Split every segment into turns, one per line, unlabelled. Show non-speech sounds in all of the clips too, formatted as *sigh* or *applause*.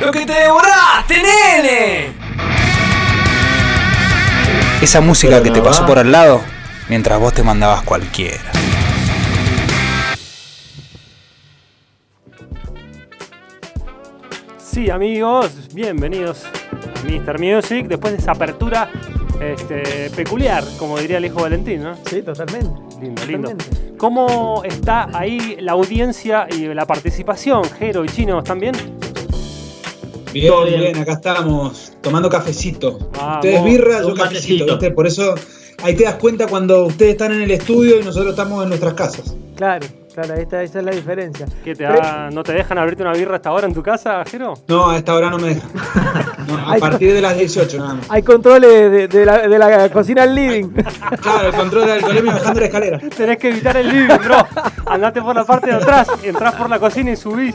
¡Lo que te devoraste, nene!
Esa música que te pasó por al lado mientras vos te mandabas cualquiera.
Sí, amigos, bienvenidos a Mr. Music. Después de esa apertura este, peculiar, como diría el hijo Valentín, ¿no?
Sí, totalmente.
Lindo, lindo.
Totalmente.
¿Cómo está ahí la audiencia y la participación? Jero y Chino, ¿están bien?
Bien,
Todo bien.
bien, acá estamos, tomando cafecito.
Vamos.
ustedes birra, yo
Un
cafecito,
cafecito.
¿viste? Por eso ahí te das cuenta cuando ustedes están en el estudio y nosotros estamos en nuestras casas.
Claro, claro, ahí está, esa es la diferencia.
¿Qué te ha- ¿No te dejan abrirte una birra hasta ahora en tu casa, Jero?
No, a esta hora no me dejan. No, a
Ay,
partir de las 18 nada más.
Hay controles de, de la, de la cocina al living. *laughs*
Claro, el control del alcoholemia bajando la escalera.
Tenés que evitar el living, bro. Andate por la parte de atrás, entrás por la cocina y subís.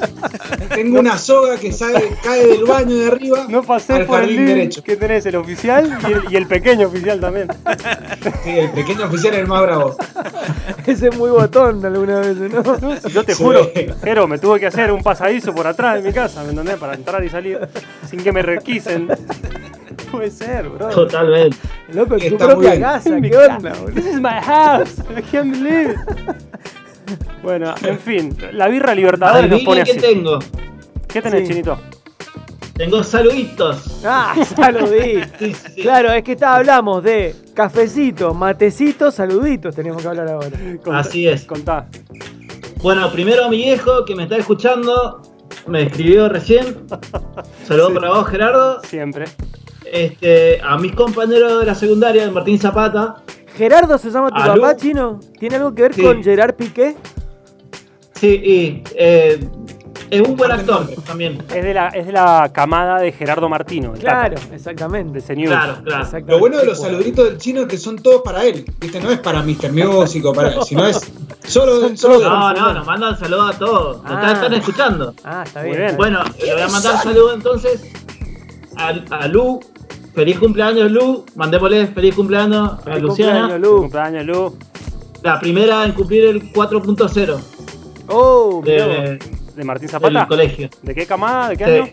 Tengo una soga que sale- cae del baño de arriba
No pasé
al
por el
jardín
living.
derecho.
¿Qué tenés? El oficial y el, y el pequeño oficial también.
Sí, el pequeño oficial es el más bravo.
Ese es muy botón alguna vez, ¿no?
Yo te *laughs*
Sí.
juro, Jero, me tuve que hacer un pasadizo por atrás de mi casa, ¿me entendés? Para entrar y salir sin que me requisen. *laughs* Puede ser, bro. *laughs*
Totalmente.
Loco, en tu
Está muy
propia
bien.
casa,
Mi
¿qué onda,
ca-
boludo?
This is my house. I can't believe it. Bueno, en fin, la birra libertadora nos pone
Adivinen
así.
qué tengo.
¿Qué tenés,
Sí.
Chinito?
Tengo saluditos.
*laughs* Ah, saluditos.
Sí, sí, sí.
Claro, es que está, hablamos de cafecitos, matecitos, saluditos tenemos que hablar ahora.
Contá-
Así es.
Contá.
Bueno, primero mi viejo que me está escuchando, me escribió recién. Saludos para vos, Gerardo.
Siempre.
Este, a mis compañeros de la secundaria, Martín Zapata.
¿Gerardo se llama tu
¿Aló?
papá chino? ¿Tiene algo que ver
Sí.
con Gerard Piqué?
Sí, y eh, es un buen actor también.
Es de la, es de la camada de Gerardo Martino. el
Claro,
Tata,
exactamente.
De CNews.
Claro, claro.
Exactamente.
Lo bueno de los saluditos del chino es que son todos para él. ¿Viste? No es para Mr. Music o para él, sino es solo, solo de-
No, no, nos mandan saludos a todos. Nos
Ah.
están escuchando.
Ah, está
Muy
bien.
bien.
está
Bueno, le voy a mandar saludos entonces a, a Lu. Feliz cumpleaños, Lu. Mandémosle feliz cumpleaños a
Feliz
Luciana.
cumpleaños,
Tu
Lu.
Cumpleaños, Lu.
La primera en cumplir el 4.0
Oh,
de-
mirá vos.
De Martín
del
Zapata.
colegio.
¿De qué camada? ¿De qué
Sí.
año?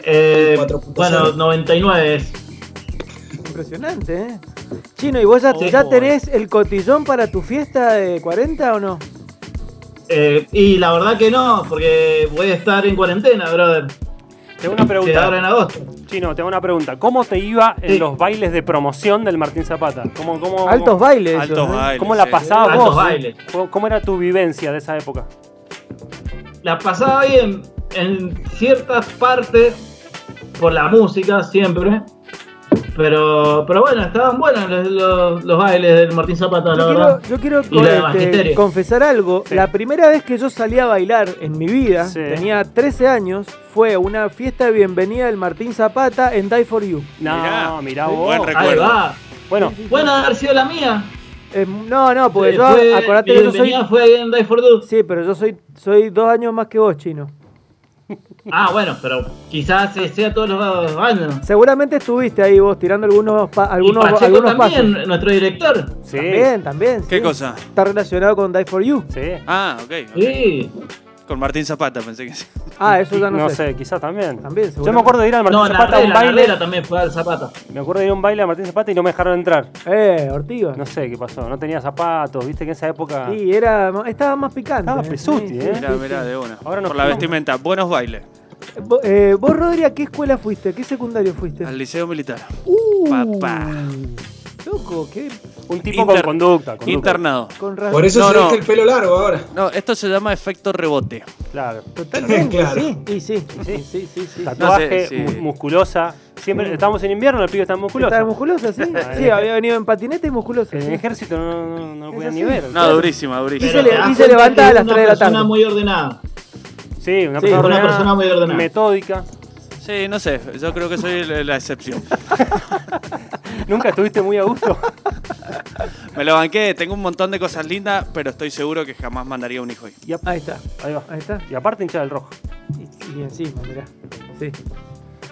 Eh,
4.0.
bueno, 99 es.
impresionante, ¿eh? Chino, ¿y vos ya,
Sí.
ya tenés el cotillón para tu fiesta de 40 o no?
Eh, y la verdad que no, porque voy a estar en cuarentena, brother.
Tengo una
Que ahora en
pregunta.
agosto.
Chino, tengo una pregunta. ¿Cómo te iba en
Sí.
los bailes de promoción del Martín Zapata? ¿Cómo, cómo,
Altos bailes.
Altos
esos, ¿eh?
bailes.
¿Cómo la
sí.
pasabas
Altos
vos?
bailes.
¿Cómo- ¿Cómo era tu vivencia de esa época?
La pasaba bien en ciertas partes por la música siempre. Pero, pero bueno, estaban buenos los, los- los bailes del Martín Zapata, la
Yo quiero,
verdad.
yo quiero
Y la de
este,
Magisterio.
confesar algo.
Sí.
La primera vez que yo salí a bailar en mi vida,
Sí.
tenía 13 años, fue una fiesta de bienvenida del Martín Zapata en Die for You.
No, mirá,
Mirá.
vos.
Buen rec-
Ahí
Recuerdo.
va.
Bueno,
Bueno, haber sido la mía.
Eh, no, no, porque
Eh,
yo,
fue-
acordate
mi
que yo soy.
bienvenida fue ahí en Die for Do.
Sí, pero yo soy, soy dos años más que vos, chino.
Ah, bueno, pero quizás eh, sea todos los años.
Seguramente estuviste ahí vos tirando algunos, pa- algunos,
y Pacheco
algunos
también,
pasos.
nuestro director.
sí.
También, también.
¿Qué
sí.
cosa?
Está relacionado con Die for You.
Sí.
Ah, ok. ok.
Sí.
Con Martín Zapata pensé que sí.
Ah, eso ya no,
no
sé.
sé, quizás también.
También,
Yo me acuerdo de ir al Martín
No,
Zapata a un
Nardela,
baile.
Nardela también fue al Zapata.
Me acuerdo de ir a un baile a Martín Zapata y no me dejaron entrar.
Eh, Ortiga.
No sé qué pasó, no tenía zapatos, viste que en esa época.
Sí, era, estaba más picante.
Estaba
eh.
pesuti,
Sí,
eh.
sí,
Mirá,
sí,
mirá,
sí.
de una.
Ahora nos
Por la
fuimos.
vestimenta, buenos bailes.
Vo- eh, vos, Rodri, ¿a qué escuela fuiste? ¿A qué secundario fuiste?
Al liceo militar.
Uh,
Papá.
Loco, qué.
Un tipo con
Inter-
conducta, conducta.
Internado.
Con razón.
Por eso
No,
se
no.
deja el pelo largo ahora.
No, esto se llama efecto rebote.
Claro.
Totalmente,
Claro.
sí. Y sí, y sí, sí, sí. sí.
Tatuaje,
No sé, sí.
mu- musculosa. Siempre estamos en invierno, el pibe está musculoso.
Estaba musculosa,
*laughs*
sí. Sí, había venido en patineta y musculosa.
En el
sí.
ejército no, no, no lo
Es
podían
así.
ni ver.
No, durísima,
Y
durísima.
se
Pero
le-
te das
y se
cuenta
levanta
que
a las
es una
tres de la
persona
tarde.
muy ordenada.
Sí, una
Sí,
persona,
una persona muy ordenada.
Metódica.
Sí, no sé, yo creo que soy la la excepción.
Nunca estuviste muy a
*laughs*
gusto.
Me lo banqué, tengo un montón de cosas lindas, pero estoy seguro que jamás mandaría un hijo ahí.
Y, ap-
Ahí está,
ahí va.
ahí está.
Y aparte hincha del rojo.
Y, y encima, mirá. Sí.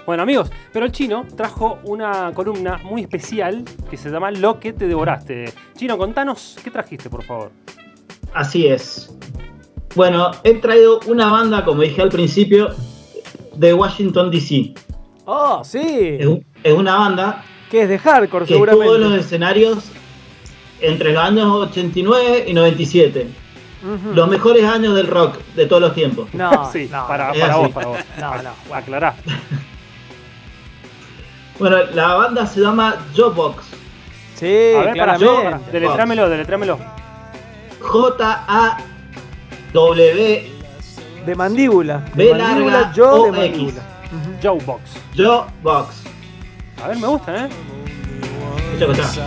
Bueno, amigos, pero el chino trajo una columna muy especial que se llama Lo que te devoraste. Chino, contanos qué trajiste, por favor.
Así es. Bueno, he traído una banda, como dije al principio, de Washington DC.
Oh, sí.
Es, un- es una banda
Que es de hardcore,
que estuvo en los
Pues seguramente.
escenarios entre los años 89 y 97.
Ujú.
Los mejores años del rock de todos los tiempos.
No,
sí,
Ah, no,
para,
es
para
así.
vos, para vos.
No, no.
Aclará.
Bueno, la banda se llama Jobox.
Sí,
A ver, para yo,
claramente.
deletrámelo, deletrámelo.
J-A-W.
De mandíbula. De
B
mandíbula,
larga
yo de
O X.
mandíbula.
Joe Box.
Jobox.
A ver, me gusta, ¿eh?
Escucha, escucha.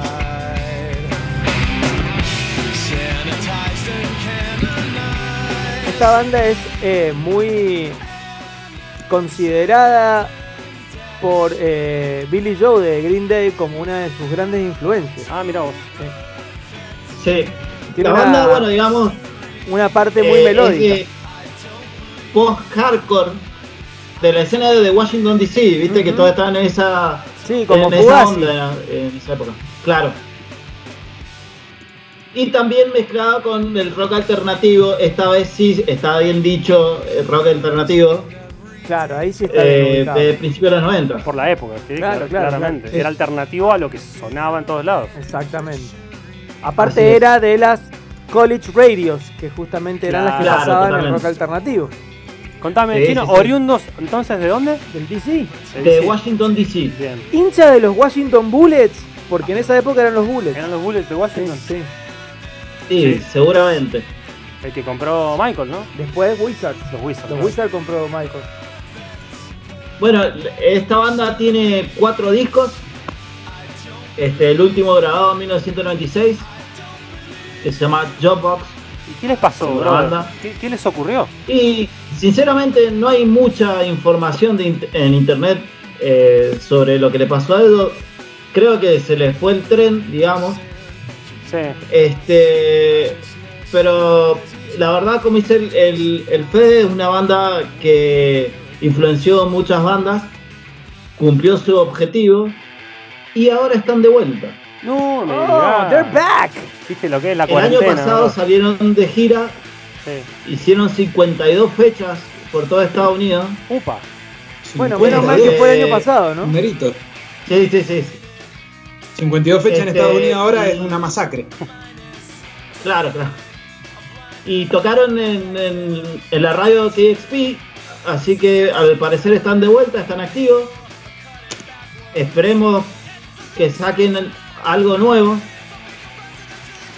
Esta banda es eh, muy considerada por eh, Billy Joe de Green Day como una de sus grandes influencias.
Ah, mira vos.
Sí.
Tiene
La
una-
banda, bueno, digamos.
Una parte muy
eh,
melódica.
es de Post-hardcore de la escena de Washington DC, viste que
Ujú.
todos estaban en esa.
sí, como
en esa
Fugazi.
onda, en esa época. Claro. Y también mezclado con el rock alternativo, esta vez sí estaba bien dicho el rock alternativo
Claro, ahí sí está bien
eh,
ubicado.
de principios de los 90.
Por la época, ¿sí?
Claro, claro,
claramente.
claro.
Era alternativo a lo que sonaba en todos lados.
Exactamente.
Así
Aparte
es.
era de las college radios, que justamente eran las que
Claro,
pasaban el
totalmente.
rock alternativo.
Contame,
Sí,
Chino,
sí, sí.
oriundos, entonces, ¿de dónde?
Del DC.
Eh,
De
sí.
Washington DC.
Bien.
Hincha de los Washington Bullets, porque en esa época eran los Bullets.
Eran los Bullets de
Sí,
Washington.
sí.
Sí,
Sí.
seguramente.
El que compró Michael, ¿no?
Después Wizards.
Los Wizards.
Los
claro.
Wizards compró Michael.
Bueno, esta banda tiene cuatro discos. Este, el último grabado en 1996, que se llama Jobbox.
¿Y qué les pasó,
Una
bro?
banda.
¿Qué, qué les ocurrió?
Y sinceramente no hay mucha información de int- en internet eh, sobre lo que le pasó a Edo. Creo que se les fue el tren, digamos.
Sí.
Este, pero la verdad, como dice el, el, el Fede, es una banda que influenció muchas bandas, cumplió su objetivo y ahora están de vuelta.
No, me
Oh,
dirás.
they're back.
¿Viste lo que es la
El año
cuarentena?
pasado
¿no?
salieron de gira,
Sí.
hicieron 52 fechas por todo Estados Unidos.
Upa.
Bueno,
52
menos mal que fue el año pasado, ¿no?
Numerito.
Sí, sí, sí, sí.
52 fechas en
Este,
Estados Unidos ahora
y-
es una masacre.
Claro, claro. Y tocaron en, en- en la radio KXP, así que al parecer están de vuelta, están activos. Esperemos que saquen el- algo nuevo,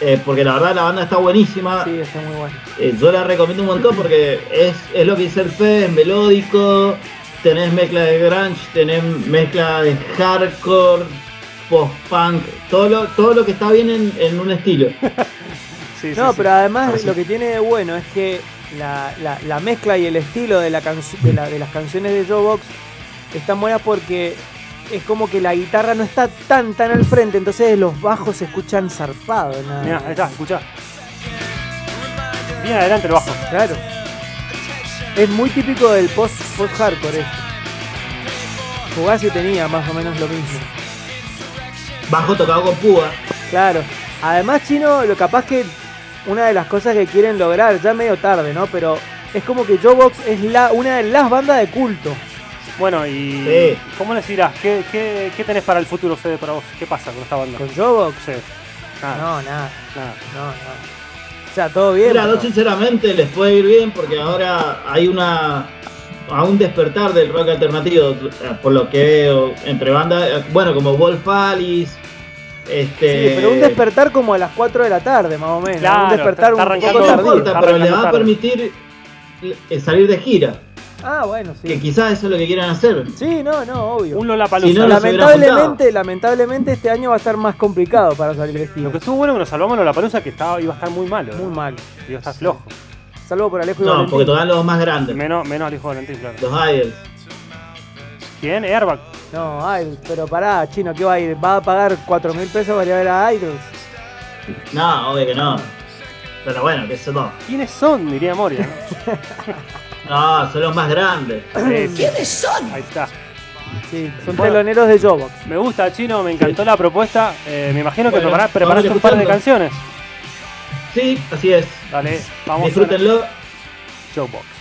eh, porque la verdad la banda está buenísima.
Sí, está muy bueno.
Eh, yo la recomiendo un montón porque es, es lo que dice el Fede, es melódico, tenés mezcla de grunge, tenés mezcla de hardcore, post-punk, todo lo, todo lo que está bien en, en un estilo.
Sí, sí,
No,
sí.
pero además
Así.
lo que tiene de bueno es que la, la- la mezcla y el estilo de, la canci- de, la- de las canciones de Joe Box están buenas porque es como que la guitarra no está tan tan al frente, entonces los bajos se escuchan zarpados. nada
Mirá, ahí
más.
está, escuchá. Bien adelante el bajo.
Claro. Es muy típico del post, post hardcore esto. Fugazi tenía más o menos lo mismo.
Bajo tocado con púa.
Claro. Además, Chino, lo capaz que una de las cosas que quieren lograr, ya medio tarde, ¿no? Pero es como que Joe Box es la, una de las bandas de culto.
Bueno, y.
Sí.
¿Cómo les dirás? ¿Qué, qué, qué tenés para el futuro, Fede, para vos? ¿Qué pasa con esta banda?
¿Con Joe Box?
Sí. Nada,
No, nada,
nada.
no, no. O sea, todo bien.
Mira,
pero-
yo sinceramente les puede ir bien porque ahora hay una a un despertar del rock alternativo, eh, por lo que veo, entre bandas, eh, bueno, como Wolf Alice, este...
Sí, pero un despertar como a las 4 de la tarde, más o menos.
Claro,
un
está- está
despertar un
No
poco
arrancando
tardío.
corta.
importa, pero le va
Arrancando
a
tarde.
permitir eh, salir de gira,
Ah, bueno,
que
sí.
quizás eso es lo que quieran hacer.
Sí, no, no, obvio.
Un Lollapalooza.
Si no lo- los hubiera
lamentablemente, lamentablemente este año va a estar más complicado para salir de
Lo que
giro.
estuvo bueno que nos salvamos la palusa que estaba, iba a estar muy malo.
Muy
¿no?
mal.
Iba a estar flojo.
Salvo por Alejo y
No,
Valentín.
porque tocan los más grandes,
Menos, menos al hijo de Valentín, claro.
los Idols.
¿Quién? Airbag.
No, ay, pero pará, chino, ¿qué va a ir? ¿Va a pagar 4 mil pesos para ir a ver a Idols?
No, obvio que no. Pero bueno, que se no.
¿Quiénes son? Diría Moria. ¿no?
No, son los más grandes.
¿Quiénes son? Ahí está.
Sí, son
Bueno.
teloneros de Jobox.
Me gusta, Chino, me encantó la propuesta. Eh, me imagino que
Bueno,
prepara- preparaste
vamos
un par de
escuchando.
canciones.
Sí, así es.
Dale, vamos a
Disfrútenlo.
Showbox.